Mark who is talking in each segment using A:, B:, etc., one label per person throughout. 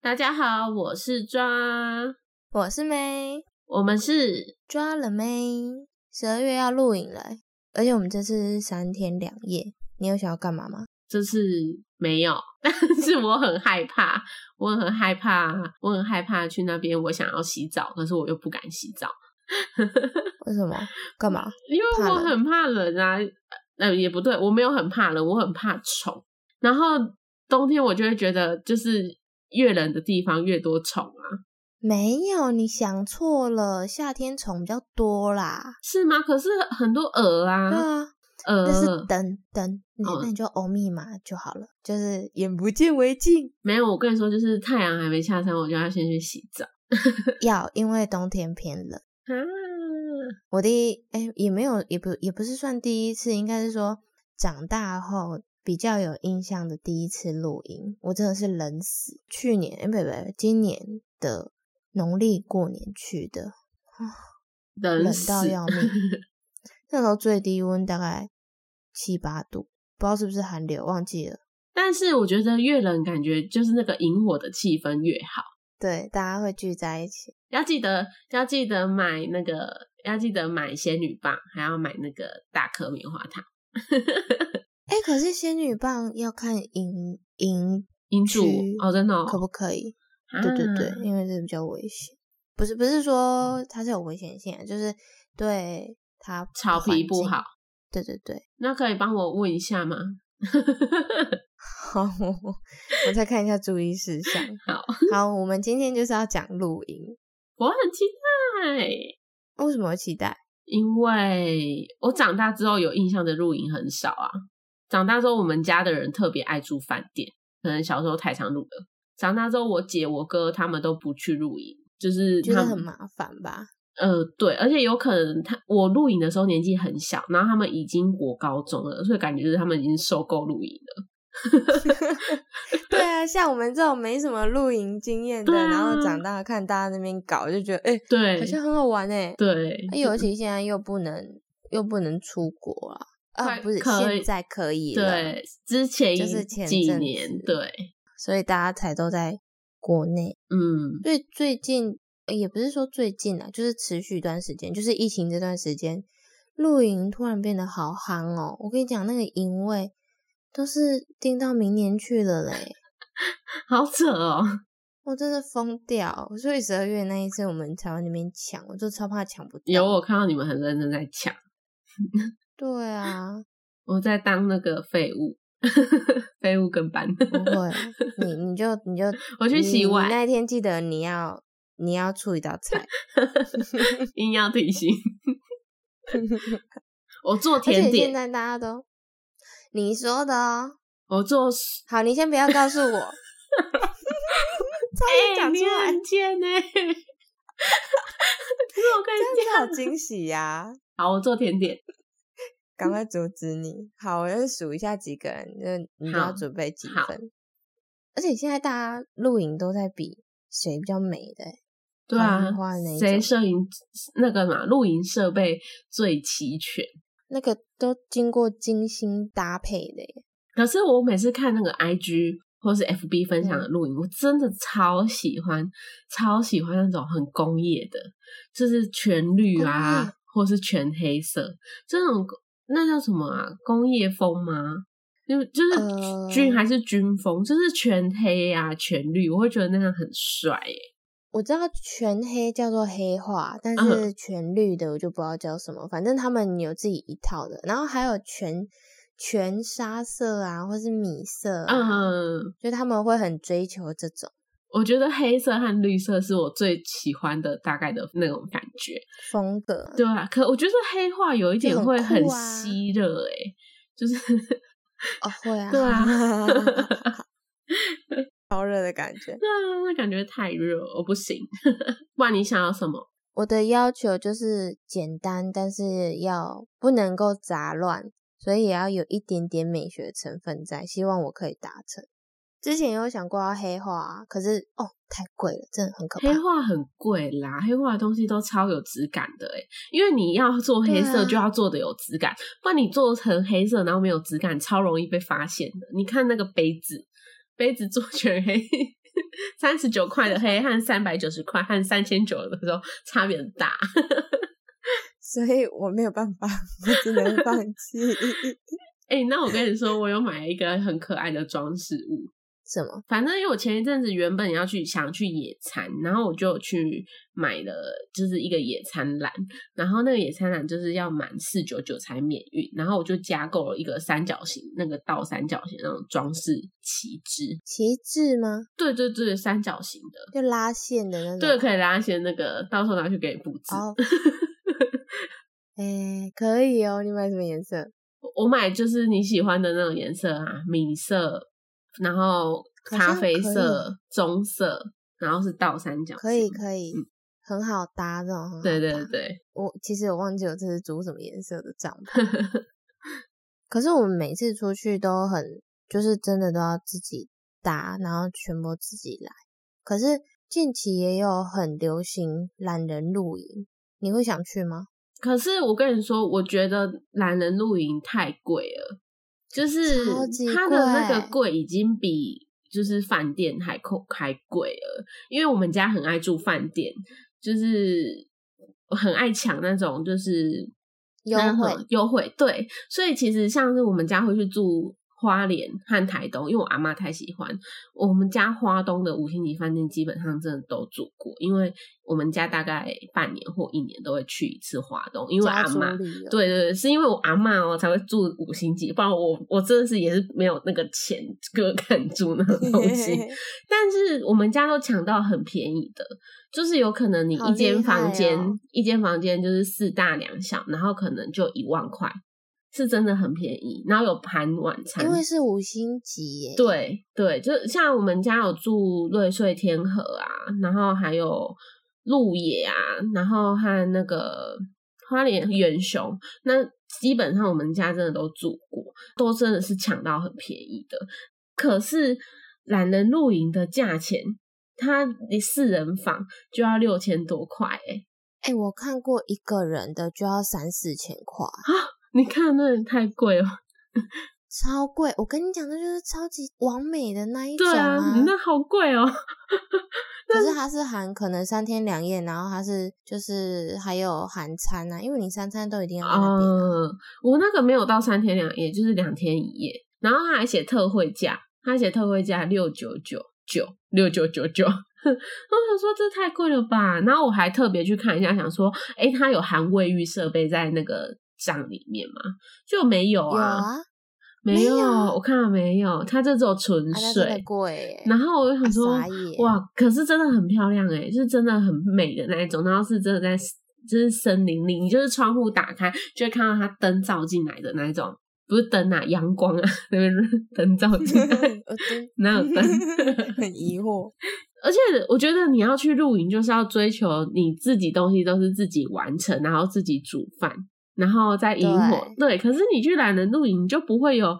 A: 大家好，我是抓，
B: 我是妹，
A: 我们是
B: 抓了妹。十二月要录影了，而且我们这次是三天两夜。你有想要干嘛吗？
A: 这次没有， 但是我很害怕，我很害怕，我很害怕去那边。我想要洗澡，可是我又不敢洗澡，
B: 为什么？干嘛？
A: 因为
B: 怕
A: 我
B: 冷
A: 很怕冷啊。呃，也不对，我没有很怕冷，我很怕虫。然后冬天我就会觉得，就是越冷的地方越多虫啊，
B: 没有，你想错了。夏天虫比较多啦。
A: 是吗？可是很多蛾啊
B: 对，啊，
A: 蛾
B: 但是等等，你
A: 嗯
B: 那你就欧密码就好了，就是眼不见为净。
A: 没有。我跟你说，就是太阳还没下山，我就要先去洗澡
B: 要，因为冬天偏冷。
A: 啊。
B: 我第一，哎、也没有，也不也不是算第一次，应该是说长大后比较有印象的第一次录音，我真的是冷死。去年，哎、不不不，今年的农历过年去的，
A: 冷
B: 冷
A: 死
B: 到要 命。那时候最低温大概七八度，不知道是不是寒流，忘记了。
A: 但是我觉得越冷，感觉就是那个萤火的气氛越好。
B: 对，大家会聚在一起。
A: 要记得，要记得买那个，要记得买仙女棒，还要买那个大颗棉花糖、
B: 哎、可是仙女棒要看银银
A: 银柱
B: 区
A: 哦，真的、哦，
B: 可不可以？对对
A: 啊
B: 对，因为这比较危险，不是不是
A: 嗯
B: 说它是有危险性啊，就是对它
A: 草皮不
B: 环境
A: 好。。
B: 对对对，
A: 那可以帮我问一下吗？
B: 好，我我再看一下注意事项。
A: 好，
B: 好，我们今天就是要讲露营，
A: 我很期待，
B: 为什么会期待？
A: 因为我长大之后有印象的露营很少啊。长大之后，我们家的人特别爱住饭店，可能小时候太常露了。长大之后，我姐、我哥他们都不去露营，就是
B: 觉
A: 他
B: 得
A: 们
B: 很麻烦吧？
A: 呃，对，而且有可能他我录影的时候年纪很小，然后他们已经国高中了，所以感觉就是他们已经受够录影了。
B: 对啊，像我们这种没什么露营经验的，
A: 对啊
B: 然后长大看大家那边搞，就觉得哎、
A: 对
B: 好像很好玩哎、
A: 对，
B: 哎尤其现在又不能又不能出国啊，啊
A: 快
B: 不是
A: 可以
B: 现在可以了，
A: 对，之前
B: 就是前
A: 几
B: 阵
A: 年
B: 子
A: 对，
B: 所以大家才都在国内。
A: 嗯，
B: 所以最近呃也不是说最近啊，就是持续一段时间，就是疫情这段时间，露营突然变得好夯哦。我跟你讲，那个营位都是定到明年去了嘞，
A: 好扯 哦，
B: 我真的疯掉。所以十二月那一次我们台湾那边抢，我就超怕抢不到。
A: 有我看到你们很认真在抢，
B: 对啊，
A: 我在当那个废物，废物跟 班，
B: 不 会，你你就你就
A: 我去洗
B: 你
A: 碗
B: 你那一天记得你要你要出一道菜，
A: 硬要提醒。我做
B: 而且
A: 甜
B: 现
A: 点，
B: 在大家都你说的哦。
A: 我做，
B: 好，你先不要告诉我，差点
A: 哎、
B: 讲
A: 你
B: 出来，
A: 很贱呢、 可是我跟你
B: 这
A: 讲
B: 样 子好惊喜呀、
A: 好，我做甜点。嗯
B: 赶快阻止你。好，我就数一下几个人，就你就
A: 好
B: 要准备几
A: 好
B: 份。而且现在大家露营都在比谁比较美的欸、
A: 对啊
B: 花的那，一
A: 谁
B: 种
A: 摄影那个嘛，露营设备最齐全。
B: 那个都经过精心搭配的耶。
A: 可是我每次看那个 IG 或是 FB 分
B: 嗯
A: 享的露营，我真的超喜欢，超喜欢那种很工业的，就是全绿
B: 工
A: 啊
B: 业，
A: 或是全黑色这种，那叫什么啊？工业风吗？就就是
B: 呃
A: 军、还是军风，就是全黑啊，全绿，我会觉得那样很帅耶、
B: 我知道全黑叫做黑化，但
A: 嗯
B: 是全绿的我就不知道叫什么，反正他们有自己一套的。然后还有全全沙色啊，或是米色啊，
A: 嗯，
B: 就他们会很追求这种
A: 我觉得黑色和绿色是我最喜欢的大概的那种感觉，
B: 风格。
A: 对啊，可我觉得黑化有一点
B: 就很
A: 会
B: 酷
A: 很
B: 啊
A: 吸热诶、就是
B: 哦，会啊，
A: 对啊
B: 超热的感觉。
A: 那那感觉太热，我不行。 不然你想要什么？
B: 我的要求就是简单，但是要不能够杂乱，所以也要有一点点美学成分在，希望我可以达成。之前也有想过要黑化啊，可是哦太贵了，真的很可怕
A: 黑。化很贵啦，黑化的东西都超有质感的诶、因为你要做黑
B: 对
A: 色
B: 啊
A: 就要做的有质感，不然你做成黑色然后没有质感，超容易被发现的。你看那个杯子，杯子做全黑，三十九块的黑和三百九十块和三千九的时候差别很大。
B: 所以我没有办法，我只能放弃。
A: 哎、那我跟你说，我有买一个很可爱的装饰物，
B: 什么？
A: 反正因为我前一阵子原本要去想去野餐，然后我就去买了就是一个野餐篮，然后那个野餐篮就是要满四九九才免运，然后我就加购了一个三角形那个倒三角形那种装饰旗帜，
B: 旗帜吗？
A: 对对对，三角形的，
B: 就拉线的那种。
A: 对，可以拉些那个，到时候拿去给你布置。
B: 哦，哎、可以哦。你买什么颜色？
A: 我买就是你喜欢的那种颜色啊，米色，然后咖
B: 好像
A: 啡
B: 可
A: 色、棕色，然后是倒三角形，
B: 可以，可以，
A: 嗯
B: 很好搭，这种很好搭。
A: 对对对。
B: 我其实我忘记我这是租什么颜色的帐篷， 可是我们每次出去都很，就是真的都要自己搭，然后全部自己来。可是近期也有很流行懒人露营，你会想去吗？
A: 可是我跟你说，我觉得懒人露营太贵了，就是
B: 超级
A: 它的那个
B: 贵
A: 贵已经比就是饭店还扣还贵了。因为我们家很爱住饭店，就是我很爱抢那种就是
B: 优
A: 那种
B: 惠
A: 优惠，对。所以其实像是我们家会去住花莲和台东，因为我阿妈太喜欢，我们家花东的五星级饭店基本上真的都住过，因为我们家大概半年或一年都会去一次花东，因为
B: 家
A: 阿
B: 族
A: 嬷，
B: 旅游，
A: 对对对，是因为我阿嬷哦才会住五星级，不然我我真的是也是没有那个钱给我敢住那 种东西。但是我们家都抢到很便宜的，就是有可能你
B: 好
A: 一间
B: 厉害
A: 房间、
B: 哦
A: 一间房间就是四大两小，然后可能就一万块，是真的很便宜。然后有盘晚餐
B: 因，为是五星级耶，，
A: 对对，就像我们家有住瑞穗天河啊，然后还有鹿野啊，然后和那个花莲远雄，那基本上我们家真的都住过，都真的是抢到很便宜的。可是懒人露营的价钱，它你四人房就要六千多块哎、
B: 哎、我看过一个人的就要三四千块，
A: 你看那也太贵了，
B: 超贵。我跟你讲，那就是超级完美的那一种
A: 对啊，你那好贵哦、
B: 可是它是含可能三天两夜，然后它是就是还有含餐啊，因为你三餐都一定要在那边啊、
A: 嗯，我那个没有到三天两夜，就是两天一夜。然后他还写特惠价，他还写特惠价六九九九六九九九。我想说这太贵了吧，然后我还特别去看一下，想说，诶，它有含卫浴设备在那个帐里面吗？就没有
B: 有
A: 啊，
B: 啊，
A: 没
B: 没有啊
A: 我看了没有，它这只有纯
B: 啊那真的
A: 水。
B: 贵耶、
A: 然后我就想说，
B: 啊傻眼
A: 哇，可是真的很漂亮哎、是真的很美的那一种，然后是真的在就是森林里，你就是窗户打开就会看到它灯照进来的那一种，不是灯啊，阳光啊， 那边灯照进来
B: ，我真
A: 哪有灯？
B: 很疑惑。
A: 而且我觉得你要去露营，就是要追求你自己东西都是自己完成，然后自己煮饭，然后再引火。对，可是你去懒人露营，你就不会有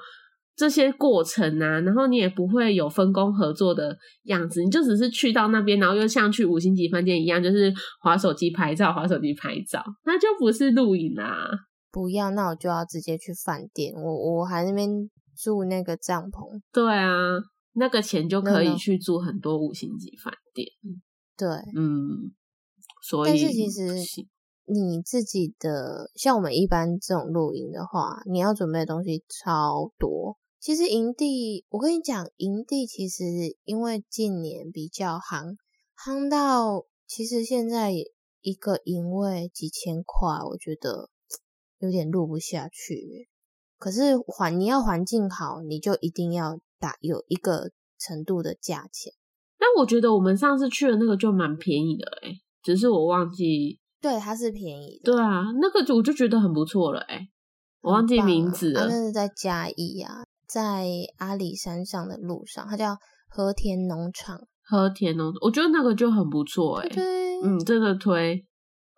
A: 这些过程啊，然后你也不会有分工合作的样子，你就只是去到那边，然后又像去五星级饭店一样，就是划手机拍照，划手机拍照，那就不是露营啊。
B: 不要，那我就要直接去饭店。我我还那边住那个帐篷，
A: 对啊，那个钱就可
B: 真
A: 以
B: 的
A: 去住很多五星级饭店。
B: 对。
A: 嗯，所以
B: 但是其实
A: 不行
B: 你自己的，像我们一般这种露营的话，你要准备的东西超多。其实营地，我跟你讲，营地其实因为近年比较夯，夯到其实现在一个营位几千块，我觉得有点录不下去耶。可是环你要环境好，你就一定要打有一个程度的价钱。
A: 但我觉得我们上次去的那个就蛮便宜的哎、只是我忘记。
B: 对，它是便宜的。
A: 对啊，那个就我就觉得很不错了哎、我忘记
B: 很棒
A: 名字
B: 啊，啊
A: 了。
B: 那是在嘉义啊，在阿里山上的路上，它叫和田农场。
A: 和田农，我觉得那个就很不错哎、
B: 对对，
A: 嗯，真的推，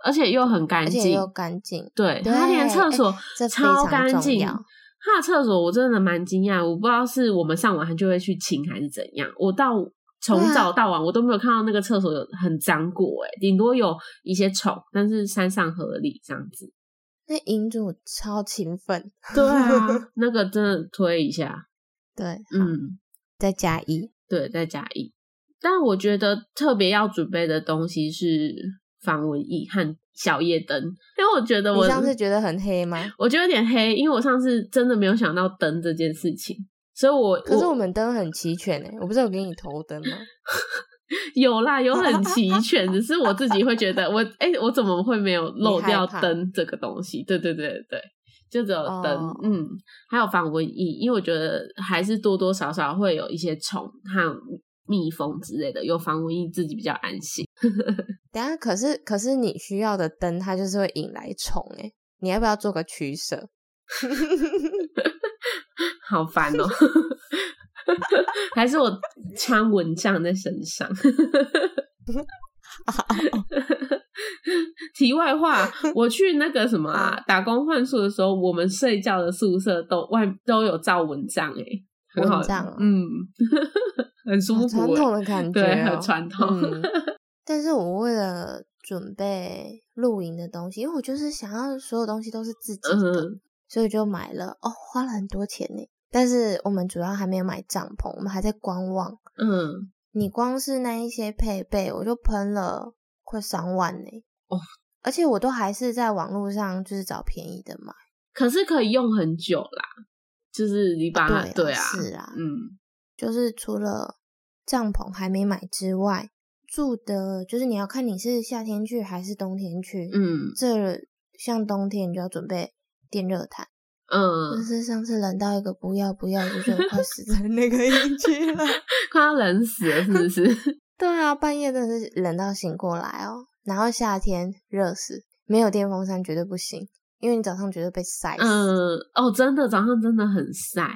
A: 而且又很干
B: 而且
A: 净
B: 又。干净，
A: 对，
B: 对
A: 它连厕所
B: 哎这非
A: 超
B: 常
A: 干
B: 重
A: 净，
B: 要。
A: 他的厕所我真的蛮惊讶，我不知道是我们上完他就会去清还是怎样。我到从
B: 对啊
A: 早到晚我都没有看到那个厕所有很脏过、欸，顶多有一些虫，但是山上河里这样子。
B: 那银主超勤奋，
A: 对啊，那个真的推一下，
B: 对，嗯，
A: 嗯，
B: 再加一，
A: 对，再加一。但我觉得特别要准备的东西是防蚊液和小夜灯，因为我觉得我
B: 你上次觉得很黑吗？
A: 我觉得有点黑，因为我上次真的没有想到灯这件事情，所以我
B: 可是我们灯很齐全诶、我不是有给你头灯吗？
A: 有啦，有很齐全，只是我自己会觉得我哎、我怎么会没有漏掉
B: 你害怕
A: 灯这个东西？对对对对对，就只有灯，
B: 哦
A: 嗯，还有防蚊液，因为我觉得还是多多少少会有一些虫和蜜蜂之类的，有防蚊液自己比较安心。
B: 等一下，可是可是你需要的灯，它就是会引来虫诶、你要不要做个取舍？
A: 好烦哦、 还是我穿蚊帐在身上。 题外话，我去那个什么、
B: 嗯
A: 啊、打工换宿的时候，我们睡觉的宿舍都外都有罩蚊帐哎、很好，
B: 蚊帐哦
A: 嗯， 很舒
B: 好
A: 服、
B: 传
A: 欸
B: 统的感觉、哦，
A: 对，很传统，
B: 嗯 但是我为了准备露营的东西，因为我就是想要所有东西都是自己的，
A: 嗯
B: 所以就买了哦，花了很多钱呢。但是我们主要还没有买帐篷，我们还在观望。
A: 嗯，
B: 你光是那一些配备，我就喷了快三万呢。
A: 哦，
B: 而且我都还是在网络上就是找便宜的买。
A: 可是可以用很久啦，就是你把它、
B: 对啊
A: 对啊，
B: 是啊
A: 嗯
B: 就是除了帐篷还没买之外，住的就是你要看你是夏天去还是冬天去。，
A: 嗯
B: 这像冬天你就要准备电热毯，但
A: 嗯，
B: 是上次冷到一个不要不要，我就觉得快死在那 个营区了。
A: 快要冷死了，是不是？
B: 对啊，半夜真的是冷到醒过来哦。然后夏天热死，没有电风扇绝对不行，因为你早上绝对被晒死。
A: 嗯，哦，真的早上真的很晒，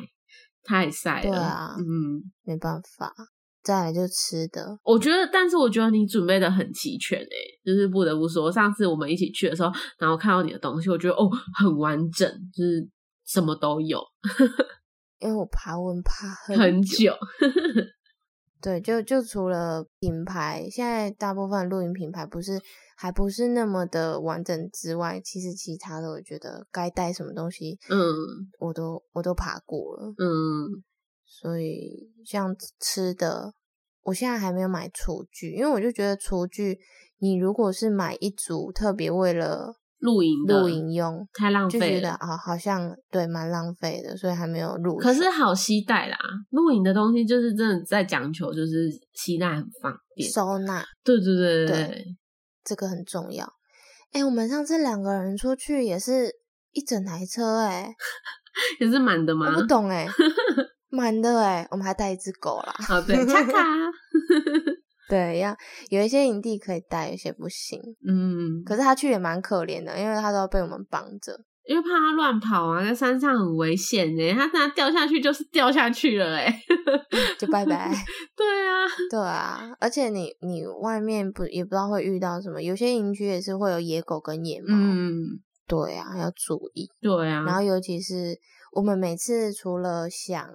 A: 太晒了。
B: 对啊
A: 嗯，
B: 没办法。再来就吃的，
A: 我觉得，但是我觉得你准备的很齐全诶、就是不得不说，上次我们一起去的时候，然后看到你的东西，我觉得哦，很完整，就是什么都有，
B: 因为我爬文爬很
A: 很
B: 久
A: 久。
B: 对，就就除了品牌，现在大部分露营品牌不是还不是那么的完整之外，其实其他的我觉得该带什么东西，
A: 嗯
B: 我都我都爬过了，
A: 嗯
B: 所以像吃的，我现在还没有买厨具，因为我就觉得厨具，你如果是买一组特别为了
A: 露营的
B: 露营用，
A: 太浪
B: 就觉
A: 费
B: 得
A: 了，
B: 啊、好像对蛮浪费的，所以还没有入手。
A: 可是好期待啦！露营的东西就是真的在讲求，就是期待很方便。
B: 收纳
A: 对对对对
B: 对这个很重要。哎、我们上次两个人出去也是一整台车、欸，
A: 对也是满的吗
B: 我？不 懂哎、满的哎、我们还带一只狗啦。
A: 啊，对，恰卡，
B: 对，要有一些营地可以带，有一些不行。
A: 嗯，
B: 可是他去也蛮可怜的，因为他都要被我们绑着。
A: 因为怕它乱跑啊，在山上很危险呢。它等下掉下去就是掉下去了哎。
B: 就拜拜，
A: 对啊，
B: 对啊，而且你你外面不也不知道会遇到什么，有些营区也是会有野狗跟野猫，
A: 嗯，
B: 对啊，要注意。
A: 对
B: 然
A: 啊，
B: 后尤其是我们每次除了想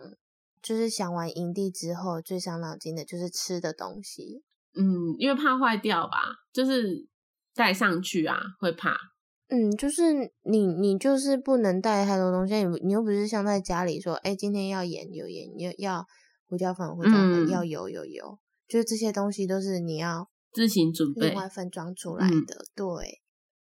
B: 就是想完营地之后，最伤脑筋的就是吃的东西，
A: 嗯，因为怕坏掉吧，就是带上去啊，会怕。
B: 嗯，就是你你就是不能带太多东西，你你又不是像在家里说，哎、今天要盐有盐，要要胡椒粉有胡椒粉，
A: 嗯
B: 要油有油，就是这些东西都是你要
A: 自行准备
B: 另外分装出来
A: 嗯
B: 的，对。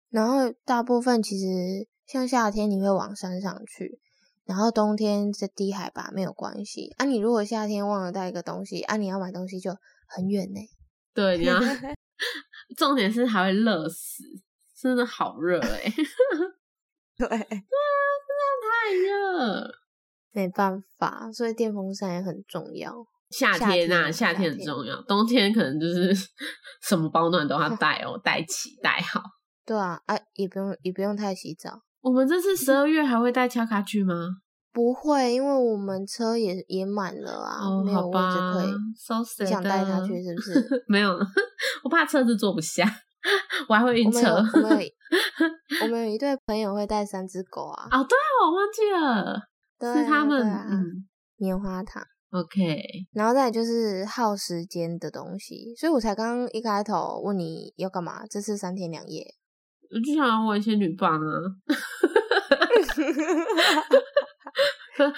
B: 然后大部分其实像夏天你会往山上去，然后冬天是低海拔没有关系。啊，你如果夏天忘了带一个东西，啊，你要买东西就很远 呢、
A: 对，你要， 重点是还会热死，真的好热 哎，
B: 对，
A: 太热。
B: 没办法，所以电风扇也很重要。
A: 夏天啊，夏
B: 夏天
A: 天很
B: 夏天
A: 重要，冬天可能就是 什么保暖都要带哦，带齐带好。
B: 对啊，啊，也不用也不用太洗澡，
A: 我们这次十二月还会带恰卡去吗？
B: 不会，因为我们车也也满了啊，
A: 哦，
B: 没有
A: 好
B: 位置
A: 吧
B: 可以。
A: ，so sad
B: 想带他
A: 啊
B: 去是不是？
A: 没有，我怕车子坐不下，我还会
B: 我
A: 晕
B: 们
A: 车。
B: 有我
A: 哦，
B: 们有我们有一对朋友会带三只狗啊，
A: 对啊，我忘记了。
B: 对对
A: 是他
B: 啊
A: 们、
B: 对啊
A: 嗯
B: 棉花糖，
A: OK，
B: 然后再来就是耗时间的东西，所以我才刚刚一开头问你要干嘛，这次三天两 夜，
A: 我就想要我一些女棒啊。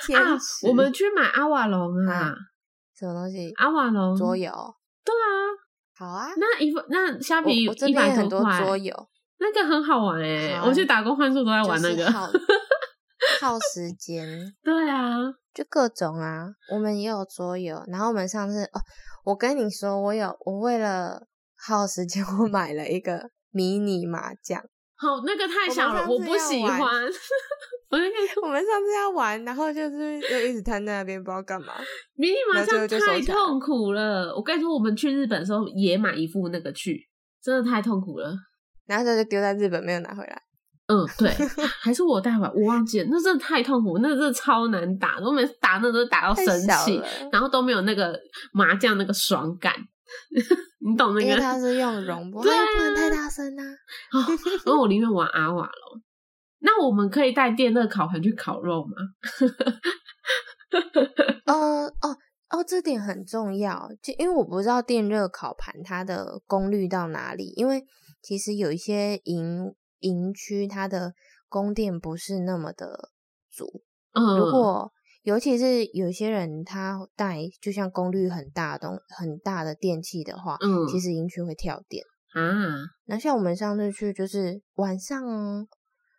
B: 坚
A: 啊，
B: 持
A: 我们去买阿瓦隆啊，
B: 啊什么东西？
A: 阿瓦隆
B: 桌游，
A: 啊对啊，
B: 好啊，
A: 那一份那虾
B: 我
A: 皮
B: 我这
A: 一
B: 边
A: 百
B: 也很
A: 多
B: 多
A: 块，
B: 桌游，
A: 那个很好玩哎、
B: 好啊
A: 我去打工换宿都在玩那
B: 就
A: 个
B: 是。 耗耗时间，
A: 对啊，
B: 就各种啊，我们也有桌游，然后我们上次哦，我跟你说，我有我为了耗时间，我买了一个迷你麻将，
A: 好，那个太
B: 我
A: 小
B: 们
A: 了，
B: 上
A: 我
B: 次
A: 不
B: 要
A: 喜
B: 玩
A: 欢。 我那个
B: 我们上次要玩，然后就是就一直摊在那边，不知道干嘛。
A: 迷你麻
B: 那最
A: 将
B: 后就收
A: 太
B: 起来了
A: 痛苦了。我跟你说，我们去日本的时候也买一副那个去，真的太痛苦了。
B: 然后他就丢在日本，没有拿回来。
A: 嗯， 对，还是我带吧，我忘记了，那真的太痛苦，那真的超难打，我每次打那都打到
B: 太
A: 生
B: 小
A: 气
B: 了，
A: 然后都没有那个麻将那个爽感， 你懂那
B: 因为
A: 个？
B: 它是用绒布，它
A: 对啊
B: 又不能太大声啊。
A: 哦，因为我宁愿玩阿瓦隆。那我们可以带电热烤盘去烤肉吗？
B: 呃，哦哦，这点很重要，就因为我不知道电热烤盘它的功率到哪里，因为其实有一些营营区它的供电不是那么的足，
A: 嗯，
B: 如果尤其是有些人他带就像功率很大的东很大的电器的话，
A: 嗯
B: 其实营区会跳电。
A: 啊，
B: 那像我们上次去就是晚上哦，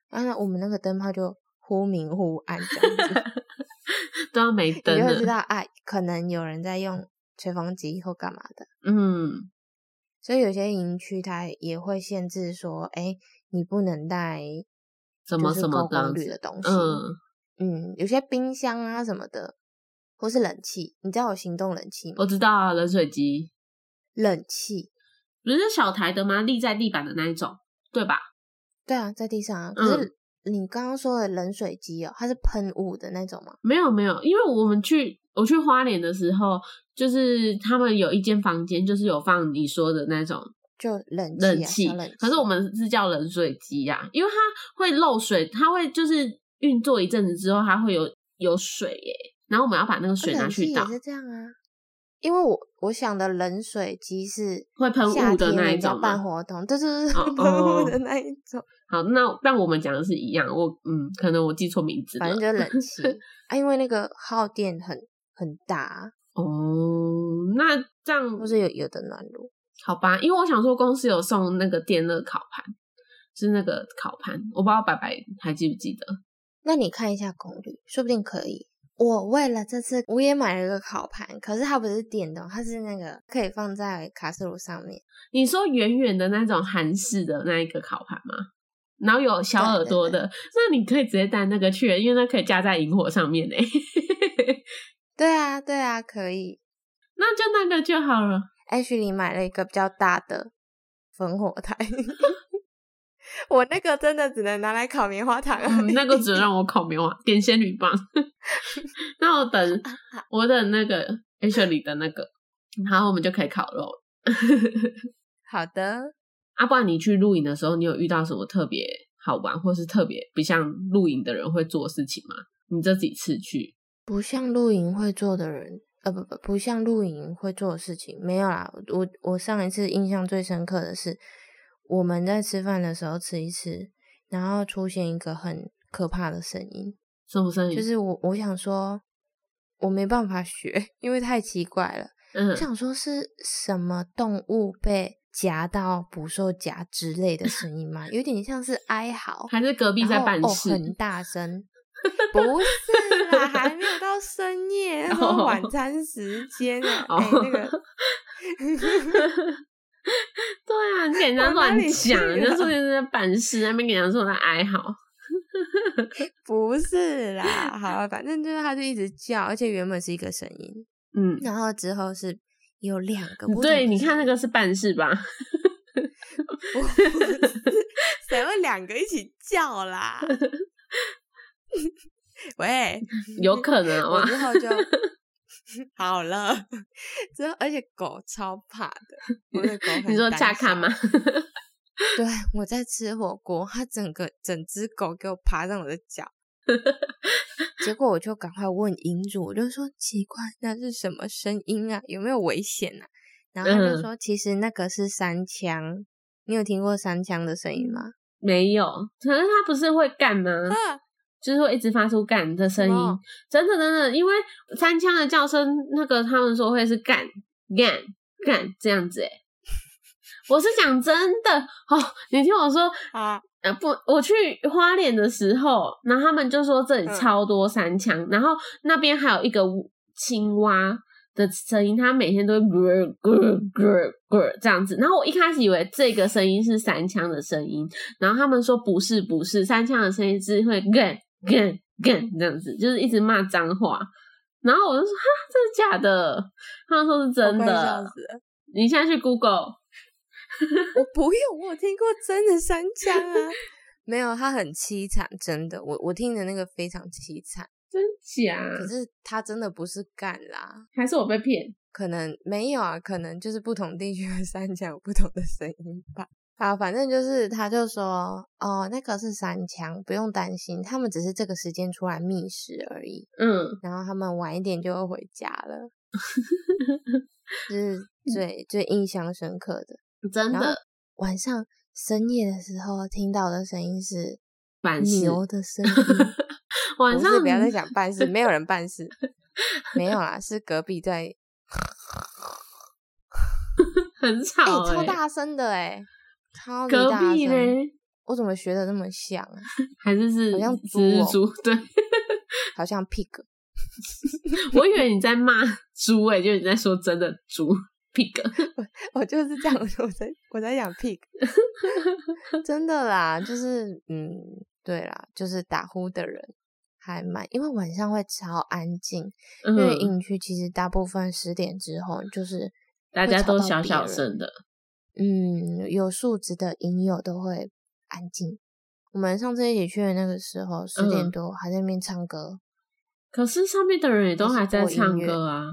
B: 啊，那我们那个灯泡就忽明忽暗这样子。
A: 都要没
B: 你
A: 灯
B: 就会知
A: 了。
B: 道，哎、可能有人在用吹风机或干嘛的。
A: 嗯，
B: 所以有些营区它也会限制说，哎、你不能带
A: 什么
B: 就是
A: 什么
B: 高
A: 这样
B: 功率
A: 子
B: 的东西。
A: 嗯，
B: 嗯有些冰箱啊什么的，或是冷气，你知道有行动冷气吗
A: 我？知道啊，冷水机
B: 冷气，
A: 不是小台的吗？立在地板的那一种，对吧？
B: 对啊，在地上啊。可
A: 嗯
B: 是你刚刚说的冷水机哦，它是喷雾的那种吗？
A: 没有没有，因为我们去我去花莲的时候，就是他们有一间房间，就是有放你说的那种
B: 就冷气、啊，
A: 冷气
B: 小冷气。，
A: 可是我们是叫冷水机呀、因为它会漏水，它会就是运作一阵子之后，它会有有水耶、然后我们要把那个水拿
B: 啊冷气
A: 去倒
B: 也，是这样啊。因为我我想的冷水机是
A: 会喷
B: 夏
A: 雾的
B: 天
A: 那一
B: 你知道
A: 种
B: 办
A: 吗？
B: 活动，对对对，
A: 哦
B: 对喷
A: 哦
B: 雾的那一种，
A: 好，那但我们讲的是一样，我嗯，可能我记错名字了，
B: 反正就是冷气啊，因为那个耗电很很大，
A: 哦，那这样
B: 或是有有的暖炉，
A: 好吧，因为我想说公司有送那个电热烤盘，是那个烤盘，我不知道白白还记不记得。
B: 那你看一下功率，说不定可以。我为了这次我也买了个烤盘，可是它不是电动，它是那个可以放在卡式炉上面，
A: 你说远远的那种韩式的那一个烤盘吗？然后有小耳朵的，那你可以直接带那个去，因为那可以架在萤火上面呢。欸
B: 对啊对啊，可以。
A: 那就那个就好了。
B: H 里买了一个比较大的烽火 台， 我那个真的只能拿来烤棉花糖而
A: 嗯
B: 已。
A: 那个只能让我烤棉花，点仙女棒。 那我等我等那个 Ashley 的那个，然后我们就可以烤肉。
B: 好的，
A: 啊，不然你去露营的时候，你有遇到什么特别好玩，或是特别不像露营的人会做的事情吗？你这几次去，
B: 不像露营会做的人，呃，不不，不像露营会做的事情，没有啦。我我上一次印象最深刻的是，我们在吃饭的时候吃一吃，然后出现一个很可怕的声音，
A: 什么声音？
B: 就是我我想说，我没办法学，因为太奇怪了。
A: 嗯
B: 我，想说是什么动物被夹到捕兽夹之类的声音吗？有点像是哀嚎，
A: 还是隔壁在办
B: 然后
A: 事？
B: 哦，很 大声。不是啦，还没有到 深夜，那时候晚餐时间啊，哎、
A: 哦
B: 那个
A: 对啊，你给人家
B: 往哪
A: 乱
B: 里去
A: 讲，人家
B: 了
A: 说人家在办事，那边给人家说在哀嚎。
B: 不是啦，好了，反正就是他就一直叫，而且原本是一个声音，
A: 嗯，
B: 然后之后是有两个不同的声
A: 对，
B: 音，
A: 你看那个是办事吧？
B: 不是，谁会两个一起叫啦？ 喂，
A: 有可能 啊好
B: 我
A: 吗？
B: 之 后就好了， 之后而且狗超怕的，我的狗很
A: 你说
B: 胆
A: 恰看吗？
B: 小 对，我在吃火锅，它整个整只狗给我爬上我的脚，结果我就赶快问银主，我就说奇怪，那是什么声音啊？有没有危险啊？然后他
A: 嗯
B: 就说，其实那个是三枪。你有听过三枪的声音吗？
A: 没有，可是它不是会干吗？
B: 啊，
A: 就是会一直发出干的声音
B: 哦，
A: 真的真的，因为三枪的叫声，那个他们说会是干干干这样子、欸， 我是讲真的哦，你听我说，
B: 啊，
A: 呃，不，我去花莲的时候，然后他们就说这里
B: 嗯
A: 超多山羌，然后那边还有一个青蛙的声音，它每天都会咕咕咕咕这样子。然后我一开始以为这个声音是山羌的声音，然后他们说不是不是，山羌的声音是会干干干这样子，就是一直骂脏话。然后我就说哈，真的假的？他们说是真
B: 我快笑
A: 的。
B: 死了
A: 你现在去 Google，
B: 我不用，我有听过真的三枪啊。没有，他很凄惨，真的，我我听的那个非常凄惨。
A: 真假？
B: 可是他真的不是干啦，
A: 还是我被骗？
B: 可能没有啊，可能就是不同地区的三枪有不同的声音吧。好，反正就是他就说，哦，那个是三枪，不用担心，他们只是这个时间出来觅食而已，
A: 嗯，
B: 然后他们晚一点就会回家 了。
A: 嗯
B: 这是最最印象深刻的。
A: 真
B: 然后
A: 的。
B: 晚上深夜的时候听到的声音是
A: 反噬。
B: 牛的 声音。
A: 晚
B: 不
A: 上
B: 是不要再讲办事，没有人办事，没有啦，是隔壁在，
A: 很
B: 哎、
A: 吵、欸，
B: 超大声的哎、超级
A: 隔
B: 大
A: 壁
B: 声。
A: 嘞，
B: 我怎么学的那么像啊？
A: 还是是
B: 好像猪哦
A: 蜘蛛？对，
B: 好像 pig，
A: 我以为你在骂 猪诶、就是你在说真的猪 pig。
B: 我就是这样， 我在我在讲 pig，真的啦，就是嗯，对啦，就是打呼的人还蛮，因为晚上会超安静，因为
A: 嗯，
B: 营区其实大部分十点之后就是
A: 大家都
B: 会
A: 小
B: 吵到别人
A: 小声的，
B: 嗯，有素质的影友都会安静。我们上次一起去的那个时候，十点
A: 嗯
B: 多还在那边唱歌。
A: 可是上面的人也都还在唱
B: 还是播音
A: 歌啊。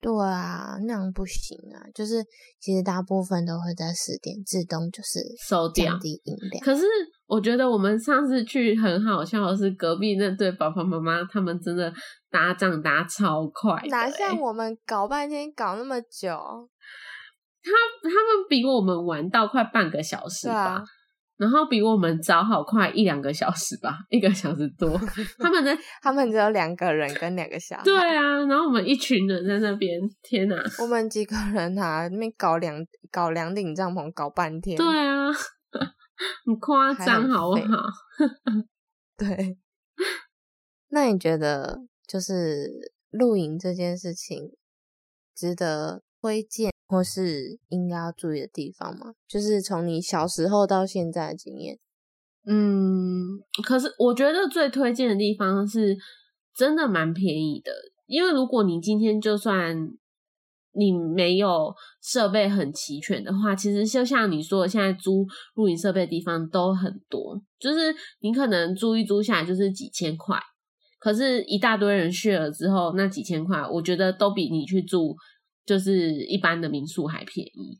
B: 对啊，那样不行啊！就是其实大部分都会在十点自动就是
A: 收掉
B: 降低音 量。
A: 可是我觉得我们上次去很好笑的是，隔壁那对爸爸妈妈他们真的搭帐搭超快的欸、
B: 哪像我们搞半天搞那么久？
A: 他他们比我们晚到快半个小时
B: 对
A: 吧，
B: 啊，
A: 然后比我们早好快一两个小时吧， 一个小时 多。他们在
B: 他们只有两个人跟两个小孩。
A: 对啊，然后我们一群人在那边，天哪！
B: 我们几个人啊，那边搞两搞两顶帐篷搞半天。
A: 对啊， 很夸
B: 还
A: 张
B: 很
A: 好不
B: 废
A: 好？
B: 对，那你觉得就是露营这件事情值得推荐，或是应该要注意的地方吗？就是从你小时候到现在的经验，
A: 嗯，可是我觉得最推荐的地方是真的蛮便宜的，因为如果你今天就算你没有设备很齐全的话，其实就像你说的，现在租露营设备的地方都很多，就是你可能租一租下来就是几千块，可是，一大堆人 share 了之后，那几千块，我觉得都比你去住就是一般的民宿还便宜。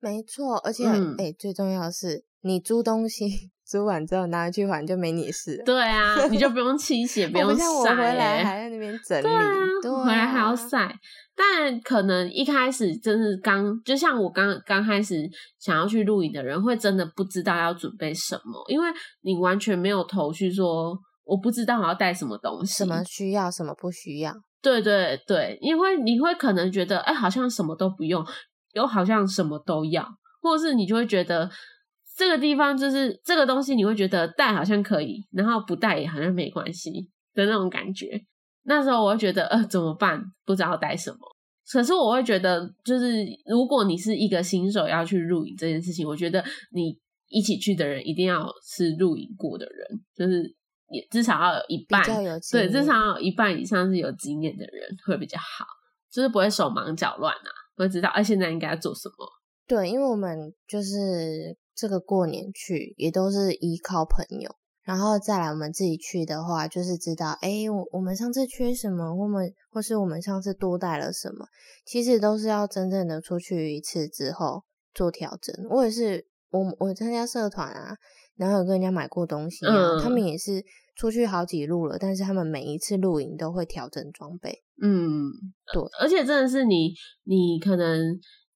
B: 没错，而且哎、
A: 嗯
B: 诶最重要的是，你租东西 租完之后拿回去还就没你的事了，
A: 对啊，你就不用清 洗，不
B: 我
A: 用
B: 不像我
A: 晒、
B: 回来
A: 欸。
B: 还在那边整理，
A: 对啊，回来还要
B: 啊
A: 晒。但可能一开始真是刚，就像我刚刚开始想要去露营的人，会真的不知道要准备什么，因为你完全没有头绪，说我不知道我要带什么东西，
B: 什么需要，什么不需要，
A: 对对对，因为你会可能觉得，哎，好像什么都不用，又好像什么都要，或者是你就会觉得这个地方就是这个东西，你会觉得带好像可以，然后不带也好像没关系的那种感觉。那时候我会觉得，呃，怎么办？不知道带什么。可是我会觉得，就是如果你是一个新手要去露营这件事情，我觉得你一起去的人一定要是露营过的人，就是也至少要有一
B: 比
A: 半
B: 较有
A: 对，
B: 经
A: 至
B: 验
A: 少有一半以上是有经验的人会比较好，就是不会手忙脚乱啊，会知道哎、现在应该要做什么。
B: 对，因为我们就是这个过年去，也都是依靠朋友，然后再来我们自己去的话，就是知道，诶，我我们上次缺什么，我们或是我们上次多带了什么，其实都是要真正的出去一次之后做调整。我也是，我我参加社团啊，然后有跟人家买过东西啊，
A: 嗯
B: 他们也是出去好几路了，但是他们每一次露营都会调整装备。
A: 嗯，
B: 对，
A: 而且真的是你，你可能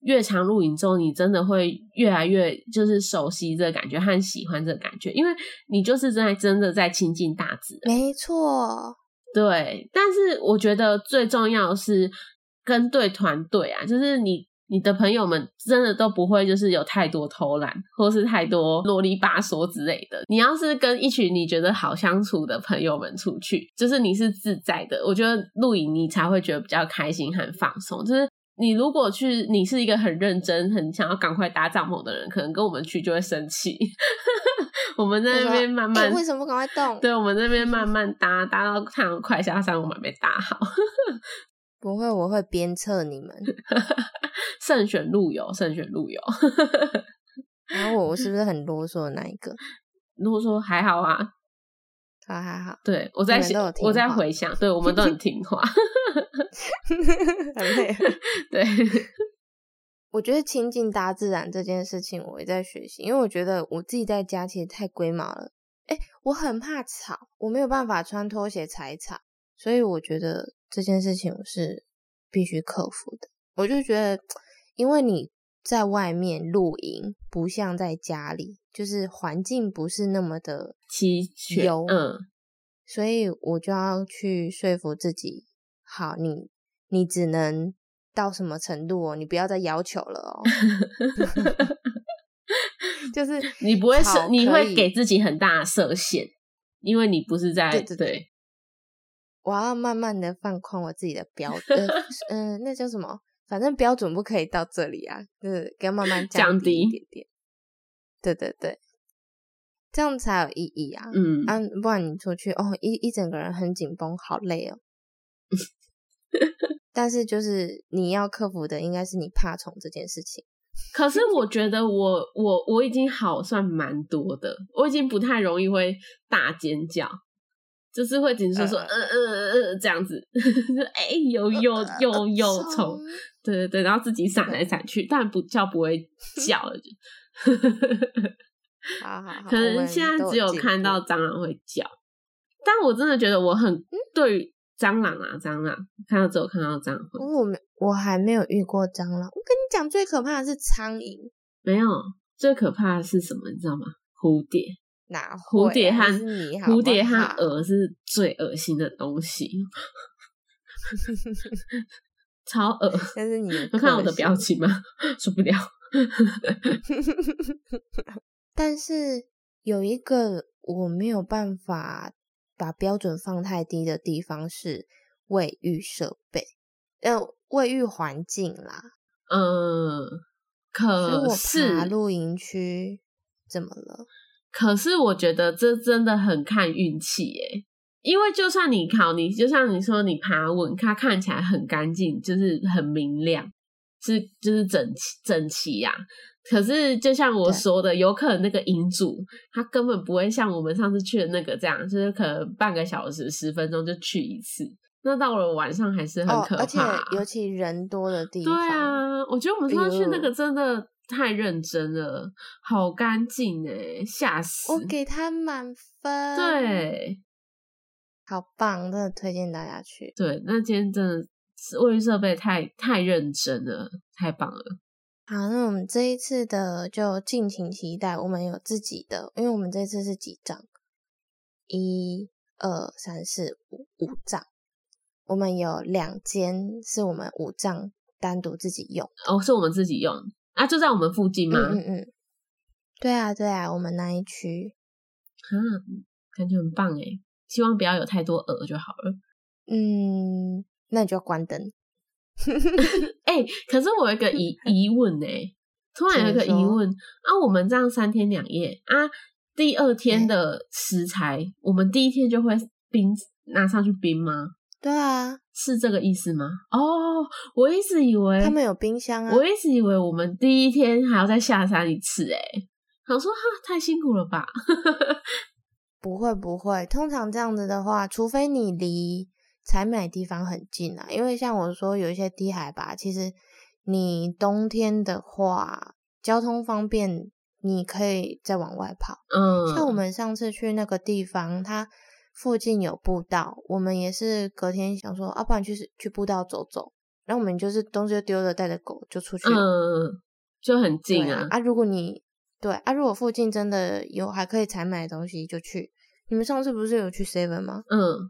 A: 越常露营之后，你真的会越来越就是熟悉这个感觉和喜欢这个感觉，因为你就是在真的在亲近大自然。
B: 没错，
A: 对，但是我觉得最重要的是跟对团队啊，就是你你的朋友们真的都不会就是有太多偷懒，或是太多啰里吧嗦之类的。你要是跟一群你觉得好相处的朋友们出去，就是你是自在的，我觉得露营你才会觉得比较开心和放松，就是。你如果去，你是一个很认真、很想要赶快搭帐篷的人，可能跟我们去就会生气。 我们在那边慢
B: 哎、
A: 慢
B: 为什么不赶快动？
A: 对，我们这边慢慢搭，搭到太阳快下山，我们还没搭好。
B: 不会，我会鞭策你们。
A: 慎选路由，慎选路由。
B: 然后我是不是很啰嗦的那一个？
A: 如果说还好啊，
B: 好好好，
A: 对我在
B: 你们
A: 想
B: 都有听
A: 我在
B: 话
A: 回想，对我们都很听话。
B: 很累。
A: 对，
B: 我觉得亲近大自然这件事情，我也在学习，因为我觉得我自己在家其实太龟毛了。哎，我很怕吵，我没有办法穿拖鞋踩草，所以我觉得这件事情我是必须克服的。我就觉得，因为你在外面露营，不像在家里，就是环境不是那么的
A: 齐全，
B: 有
A: 嗯，
B: 所以我就要去说服自己，好，你你只能到什么程度哦，你不要再要求了哦。 就是
A: 你不会
B: 好
A: 设，你
B: 可
A: 会
B: 以
A: 给自己很大的设限，因为你不是在
B: 对对对我要慢慢的放宽我自己的标，呃， 嗯、那叫什么？反正标准不可以到这里啊，就是要慢慢降
A: 降低
B: 一点点。对对对，这样才有意义啊！
A: 嗯，
B: 啊，不然你出去哦，一一整个人很紧绷，好累哦。 但是就是你要克服的应该是你怕虫这件事情。
A: 可是我觉得我我我已经好算蛮多的，我已经不太容易会大尖叫，就是会只是说
B: 嗯
A: 嗯嗯嗯嗯这样子， 就哎、有有有 有
B: 呃
A: 虫，对对对，然后自己闪来闪去，但不叫不会叫了，就
B: 好好好，
A: 可
B: 嗯我
A: 能
B: 们
A: 现在
B: 都
A: 只有
B: 进
A: 看
B: 步
A: 到蟑螂会叫，但我真的觉得我很对于蟑螂啊蟑螂，看到只有看到蟑螂会，
B: 我没，我还没有遇过蟑螂。我跟你讲，最可怕的是苍蝇，
A: 没有最可怕的是什么，你知道吗？蝴蝶。
B: 哪会啊
A: 蝴蝶和
B: 那是你好不好
A: 蝴蝶和蛾是最恶心的东 西，超恶！
B: 那是你
A: 有看我的表
B: 情。
A: 情吗？ 受不了。
B: 但是有一个我没有办法把标准放太低的地方是卫浴设备，呃，卫浴环境啦。
A: 嗯，
B: 所以
A: 可
B: 我
A: 呃是
B: 爬露营区怎么了？
A: 可是我觉得这真的很看运气耶，因为就算你考你，就像你说你爬稳，它看起来很干净，就是很明亮，是就是整齐整齐呀、可是就像我
B: 对
A: 说的，有可能那个营主他根本不会像我们上次去的那个这样，就是可能半个小时十分钟就去一次，那到了晚上还是很
B: 哦
A: 可，
B: 而且
A: 怕、啊
B: 尤其人多的地
A: 对
B: 方，
A: 啊，我觉得我们上次去那
B: 哎
A: 个
B: 呦
A: 真的太认真了，好干净哎，吓死！
B: 我给他满分。，
A: 对
B: 好棒，真的推荐大家去。
A: 对，那今天真的是卫浴设备太太认真了，太棒了。
B: 好，那我们这一次的就敬请期待，我们有自己的，因为我们这次是几张，一、二、三、四、五五张，我们有两间是我们五张单独自己用，
A: 哦，是我们自己用啊，就在我们附近
B: 嗯
A: 吗？
B: 嗯嗯，对啊对啊，我们那一区，
A: 啊，感觉很棒哎，希望不要有太多鹅就好了。
B: 嗯，那你就要关灯，
A: 哎、可是我有一个 疑疑问哎，突然有一个
B: 请
A: 疑
B: 说
A: 问啊，我们这样三天两夜啊，第二天的食材，我们第一天就会冰拿上去冰吗？
B: 对啊，
A: 是这个意思吗？哦，我一直以为
B: 他们有冰箱
A: 嗯
B: 啊，
A: 我一直以为我们第一天还要再下山一次、欸，哎，想说哈太辛苦了吧？
B: 不会不会，通常这样子的话，除非你离采买地方很近啊，因为像我说有一些低海拔，其实你冬天的话，交通方便你可以再往外跑。
A: 嗯，
B: 像我们上次去那个地方，它附近有步道，我们也是隔天想说，啊，不然去去步道走走。然后我们就是东西就丢了，带着狗就出去。
A: 嗯就很
B: 对
A: 近
B: 啊
A: 啊，
B: 啊！如果你对啊，如果附近真的有还可以采买的东西，就去。你们上次不是有去 Seven 吗？
A: 嗯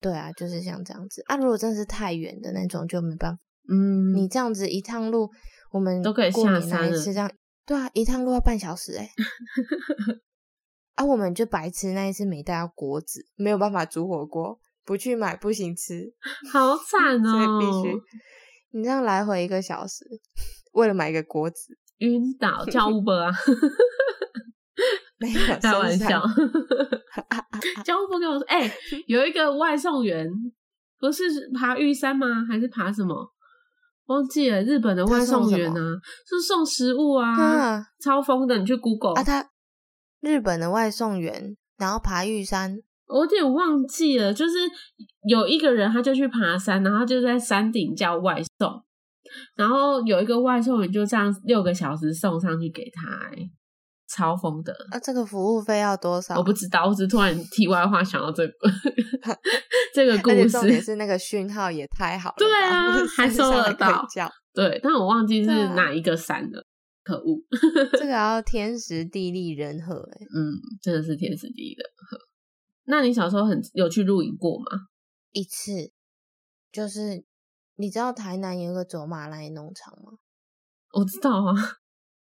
B: 对啊，就是像这样子啊。如果真的是太远的那种，就没办法。
A: 嗯，
B: 你这样子一趟路，我们
A: 都可以
B: 过
A: 下
B: 年来
A: 山
B: 一
A: 了
B: 次这样，对啊，一趟路要半小时 哎、欸。啊，我们就白吃那一次没带到锅子，没有办法煮火锅，不去买不行吃，
A: 好惨
B: 所以
A: 哦，
B: 必须。你这样来回一个小时，为了买一个锅子，
A: 晕倒，叫 Uber 啊，
B: 没有
A: 开玩
B: 生产
A: 笑， 叫 Uber 跟我说，哎、有一个外送员不是爬玉山吗？还是爬什么？忘记了，日本的
B: 他
A: 外
B: 送
A: 送
B: 什
A: 员
B: 么
A: 啊，就是送食物啊，
B: 啊
A: 超疯的，你去 Google，、
B: 啊！他日本的外送员，然后爬玉山，
A: 我有点忘记了，就是有一个人他就去爬山，然后他就在山顶叫外送，然后有一个外送员就这样六个小时送上去给他、欸，超疯的。
B: 啊，这个服务费要多少？
A: 我不知道，我只突然题外话想到这 个这个故
B: 而且重点
A: 事，
B: 是那个讯号也太 好了吧，
A: 对啊还
B: 山
A: 收
B: 上
A: 得
B: 可以
A: 到
B: 叫
A: 对，但我忘记是
B: 对啊
A: 哪一个山了，可恶，
B: 这个要天时地利人和、欸，
A: 嗯，真的是天时地利人和。那你小时候很有去露营过吗？
B: 一次就是你知道台南有一个走马来农场吗？
A: 我知道啊，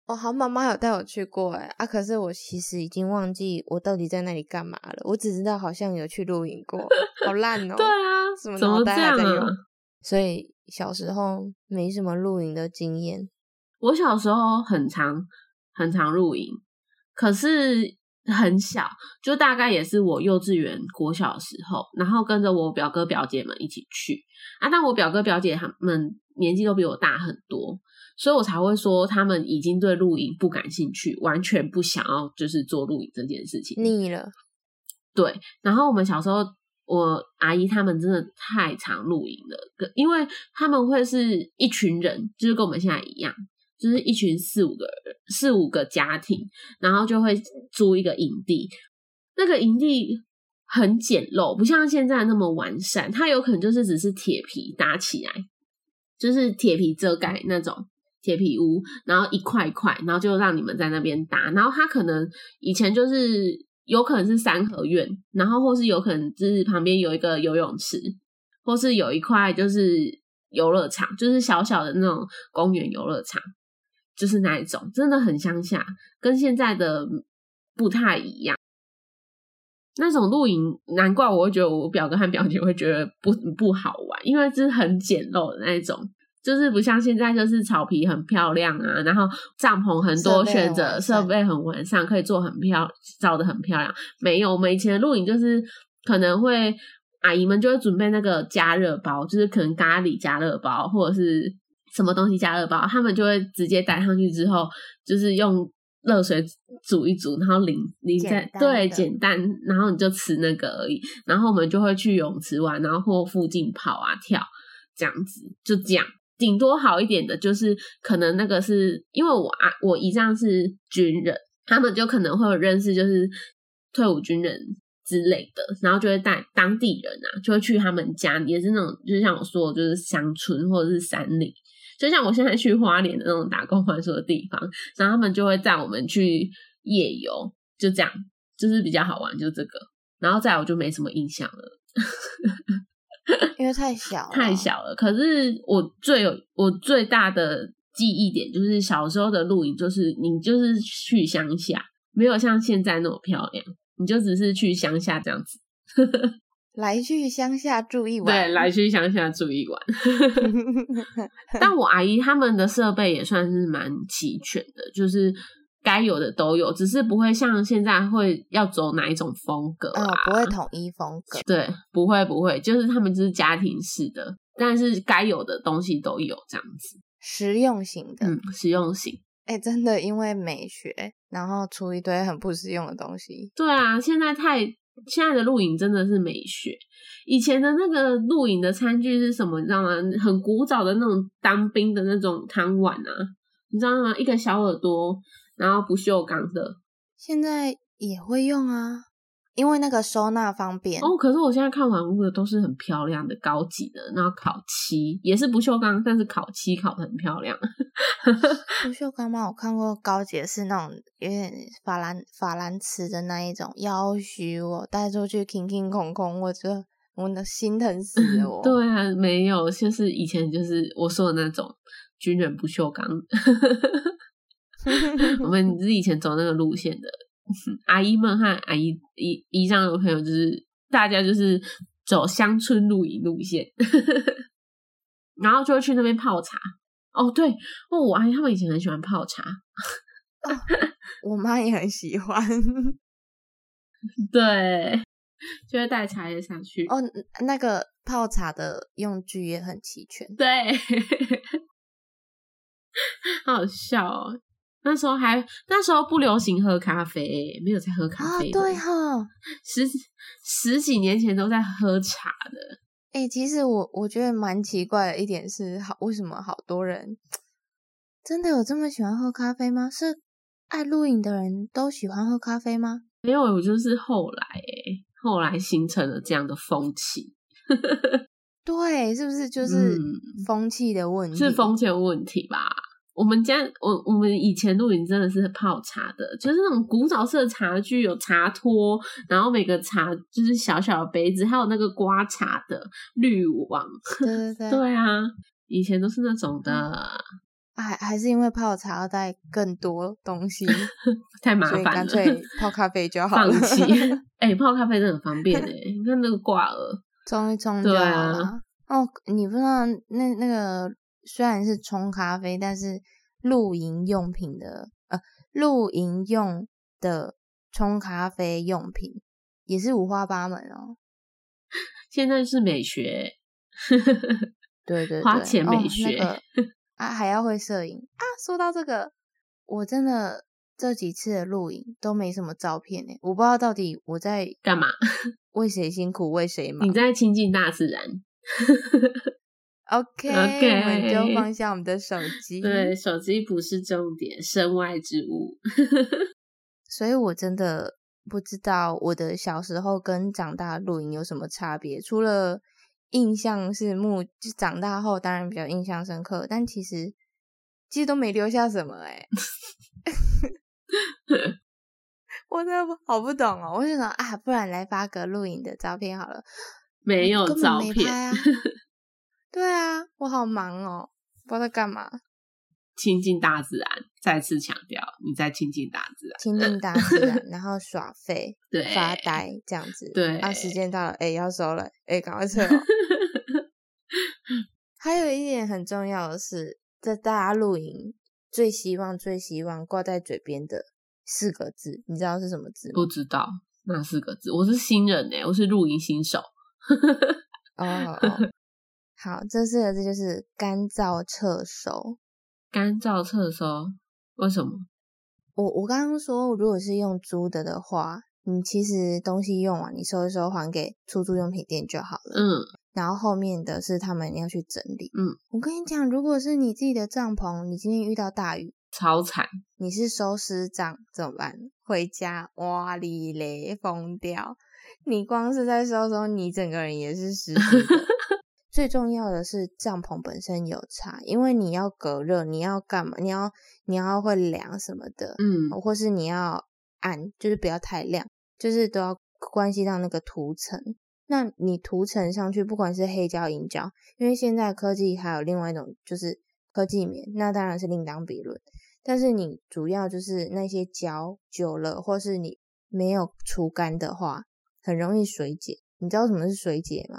B: 哦，好，妈妈有带我去过、欸，哎啊，可是我其实已经忘记我到底在那里干嘛了，我只知道好像有去露营过，好 烂哦、
A: 对啊，
B: 怎么
A: 怎
B: 脑
A: 么
B: 袋
A: 这
B: 还
A: 样
B: 在
A: 啊
B: 用？所以小时候没什么露营的经验。
A: 我小时候很常很常露营，可是很小，就大概也是我幼稚园、国小的时候，然后跟着我表哥表姐们一起去啊。但我表哥表姐他们年纪都比我大很多，所以我才会说他们已经对露营不感兴趣，完全不想要就是做露营这件事情。
B: 腻了，
A: 对，然后我们小时候，我阿姨他们真的太常露营了，跟因为他们会是一群人，就是跟我们现在一样，就是一群四五个人四五个家庭，然后就会租一个营地，那个营地。很简陋，不像现在那么完善。它有可能就是只是铁皮搭起来，就是铁皮遮盖那种铁皮屋，然后一块一块，然后就让你们在那边搭。然后它可能以前就是有可能是三合院，然后或是有可能就是旁边有一个游泳池，或是有一块就是游乐场，就是小小的那种公园游乐场，就是那一种，真的很乡下，跟现在的不太一样。那种露营，难怪我会觉得我表哥和表姐会觉得不不好玩，因为就是很简陋的那一种，就是不像现在，就是草皮很漂亮啊，然后帐篷很多
B: 设备很
A: 选择，
B: 完
A: 设
B: 善
A: 备很完善，可以做很漂，照的很漂亮。没有，我们以前的露营就是可能会阿姨们就会准备那个加热包，就是可能咖喱加热包或者是什么东西加热包，他们就会直接带上去之后，就是用热水煮一煮，然后淋淋在
B: 简单
A: 对
B: 的
A: 简单，然后你就吃那个而已。然后我们就会去泳池玩，然后或附近跑啊跳这样子，就这样。顶多好一点的就是，可能那个是因为我啊，我姨丈是军人，他们就可能会有认识就是退伍军人之类的，然后就会带当地人啊，就会去他们家，也是那种就是像我说的，就是乡村或者是山里，就像我现在去花莲的那种打工换宿的地方，然后他们就会带我们去夜游，就这样，就是比较好玩，就这个。然后再来我就没什么印象了。
B: 因为太小，
A: 太。小了。可是我最有我最大的记忆点就是小时候的露营，就是你就是去乡下，没有像现在那么漂亮，你就只是去乡下这样子。
B: 来去乡下住一晚，
A: 对，来去乡下住一晚。但我阿姨他们的设备也算是蛮齐全的，就是。该有的都有，只是不会像现在会要走哪一种风格啊，
B: 嗯，不会统一风格。
A: 对，不会不会，就是他们就是家庭式的，但是该有的东西都有这样子。
B: 实用型的。哎、哎
A: 嗯，实用性。
B: 真的因为美学，然后出一堆很不实用的东西。
A: 对啊，现在太现在的露营真的是美学。以前的那个露营的餐具是什么，你知道吗？很古早的那种当兵的那种汤碗啊，你知道吗？一个小耳朵，然后不锈钢的。
B: 现在也会用啊，因为那个收纳方便。
A: 哦，可是我现在看完屋的都是很漂亮的、高级的，然后烤漆也是不锈钢，但是烤漆烤的很漂亮。
B: 不锈钢吗？我看过高级的是那种有点法兰法兰瓷的那一种，要许我带出去，空空空空，我就我的心疼死了我。
A: 对啊，没有，就是以前就是我说的那种军人不锈钢，我们是以前走那个路线的。阿姨们和阿姨姨姨丈的朋友，就是大家就是走乡村露营路线，然后就会去那边泡茶。哦，对，哦，我阿姨他们以前很喜欢泡茶，
B: 我妈也很喜欢。
A: 对，就会带茶叶下去。
B: 哦，那个泡茶的用具也很齐全。
A: 对， 好好笑哦。那时候还那时候不流行喝咖啡，没有在喝咖
B: 啊、
A: 啡的、
B: 对哈、
A: 十十几年前都在喝茶的，
B: 哎、其实我我觉得蛮奇怪的一点是，好，为什么好多人真的有这么喜欢喝咖啡吗？是爱露营的人都喜欢喝咖啡吗？
A: 没有我就是后来、欸、后来形成了这样的风气，
B: 对，是不是就是
A: 嗯
B: 风气的问题？
A: 是风气的问题吧？我们家我我们以前露营真的是泡茶的，就是那种古早式的茶具，有茶托，然后每个茶就是小小的杯子，还有那个刮茶的滤网，
B: 对对对，
A: 对啊，以前都是那种
B: 嗯
A: 的，
B: 还啊还是因为泡茶要带更多东西，
A: 太麻
B: 所以
A: 烦
B: 干
A: 了，
B: 脆泡咖啡就好
A: 放
B: 了，
A: 弃。 哎、泡咖啡真的很方便哎、你看那个挂耳，
B: 冲一冲就
A: 对
B: 好
A: 啊
B: 了。哦，你不知道那那个虽然是冲咖啡，但是露营用品的呃，露营用的冲咖啡用品也是五花八门哦。
A: 现在是美学，
B: 对对对，
A: 花钱美
B: 哦
A: 学
B: 那个、啊，还要会摄影啊。说到这个，我真的这几次的露营都没什么照片诶，我不知道到底我在
A: 干嘛？
B: 为谁辛苦为谁忙
A: 你。在亲近大自然，
B: 嗯 OK，,
A: OK
B: 我们就放下我们的手机。
A: 对，手机不是重点，身外之物。
B: 嗯所以我真的不知道我的小时候跟长大露营有什么差别，除了印象是目，就长大后当然比较印象深刻，但其实其实都没留下什么哎、 欸。我真的不好不懂哦，我就想啊，不然来发个露营的照片好了，
A: 没有
B: 根本
A: 照
B: 没
A: 片，
B: 拍啊。对啊，我好忙哦，不知道在干嘛，
A: 亲近大自然，再次强调，你在亲近大自然，
B: 亲近大 自然，然后耍废。
A: 对，
B: 发呆这样子。
A: 对
B: 啊，时间到了，哎、要收了，哎、赶快撤、 哦。还有一点很重要的是，在大家露营最希望、最希望挂在嘴边的四个字，你知道是什么字
A: 不
B: 吗？
A: 知道那四个字，我是新人哎、我是露营新手，
B: 哦，哦好，这四个字就是干燥撤收。
A: 干燥厕所，为什么？
B: 我我刚刚说，如果是用租的的话，你其实东西用完，你收一收，还给出租用品店就好了。
A: 嗯，
B: 然后后面的是他们要去整理。
A: 嗯，
B: 我跟你讲，如果是你自己的帐篷，你今天遇到大雨，
A: 超惨，
B: 你是收尸帐怎么办？回家哇哩嘞疯掉！你光是在收收，你整个人也是湿湿的。最重要的是帐篷本身有差，因为你要隔热，你要干嘛？你要你要会凉什么的，
A: 嗯，
B: 或是你要暗，就是不要太亮，就是都要关系到那个涂层。那你涂层上去，不管是黑胶、银胶，因为现在科技还有另外一种就是科技棉，那当然是另当别论。但是你主要就是那些胶久了，或是你没有除干的话，很容易水解。你知道什么是水解吗？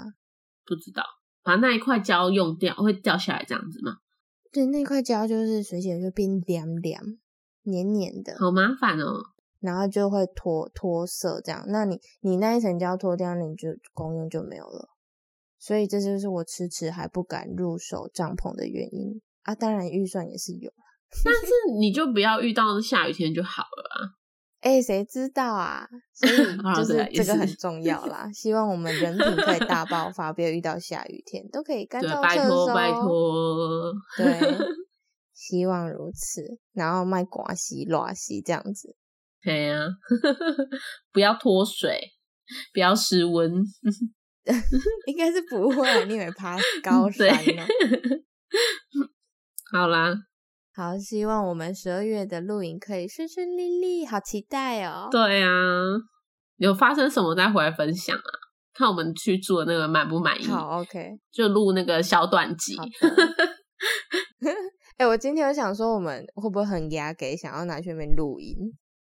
A: 不知道，把那一块胶用掉会掉下来这样子吗？
B: 对，那块胶就是水解就变凉凉、黏黏的。
A: 好麻烦哦，
B: 然后就会脱脱色这样。那你你那一层胶脱掉，你就功用就没有了。所以这就是我迟迟还不敢入手帐篷的原因啊！当然预算也是有，
A: 但是你就不要遇到下雨天就好了啊。
B: 哎、谁知道啊？所以
A: 啊
B: 就
A: 对啊
B: 是
A: 也
B: 这个
A: 是
B: 很重要啦。希望我们人品可以大爆发，不要遇到下雨天都可以干
A: 对，
B: 燥
A: 啊拜
B: 厕
A: 托
B: 所。
A: 拜托，
B: 对，希望如此，然后卖瓜西、拉西这样子。
A: 对呀、啊 不要脱水，不要失温。
B: 应该是不会啊，你以为爬高山
A: 嗯
B: 哦
A: 对
B: 呢、
A: 好啦，
B: 好，希望我们十二月的露营可以顺顺利利，好期待哦！
A: 对啊，有发生什么再回来分享啊？看我们去住的那个满不满意，
B: 好，OK，
A: 就录那个小短集
B: 好。的。哎、我今天有想说，我们会不会很压给想要拿去那边露营？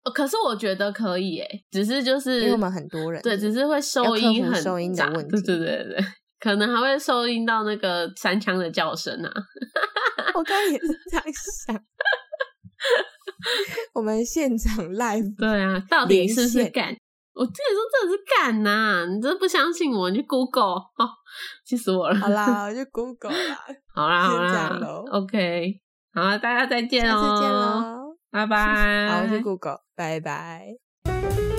A: 呃可是我觉得可以诶，只是就是
B: 因为我们很多人
A: 对，只是会收
B: 要
A: 音
B: 克服
A: 很
B: 收音的
A: 杂
B: 问
A: 对
B: 题
A: 对对对，可能还会收音到那个三枪的叫声啊。
B: 我刚刚也是这样想。 我们现场 live，
A: 对啊，到底
B: 连
A: 是不是
B: 线
A: 干？我之前说真的是干呐、你真不相信我，你去 Google 哦，气死我了。
B: 好啦，我就 Google 啦，
A: 好啦，好
B: 先
A: 啦
B: 这样咯
A: ，OK，好啦，大家再见
B: 下
A: 哦，
B: 次见喽。
A: 拜拜。
B: 好，我是 Google，拜拜。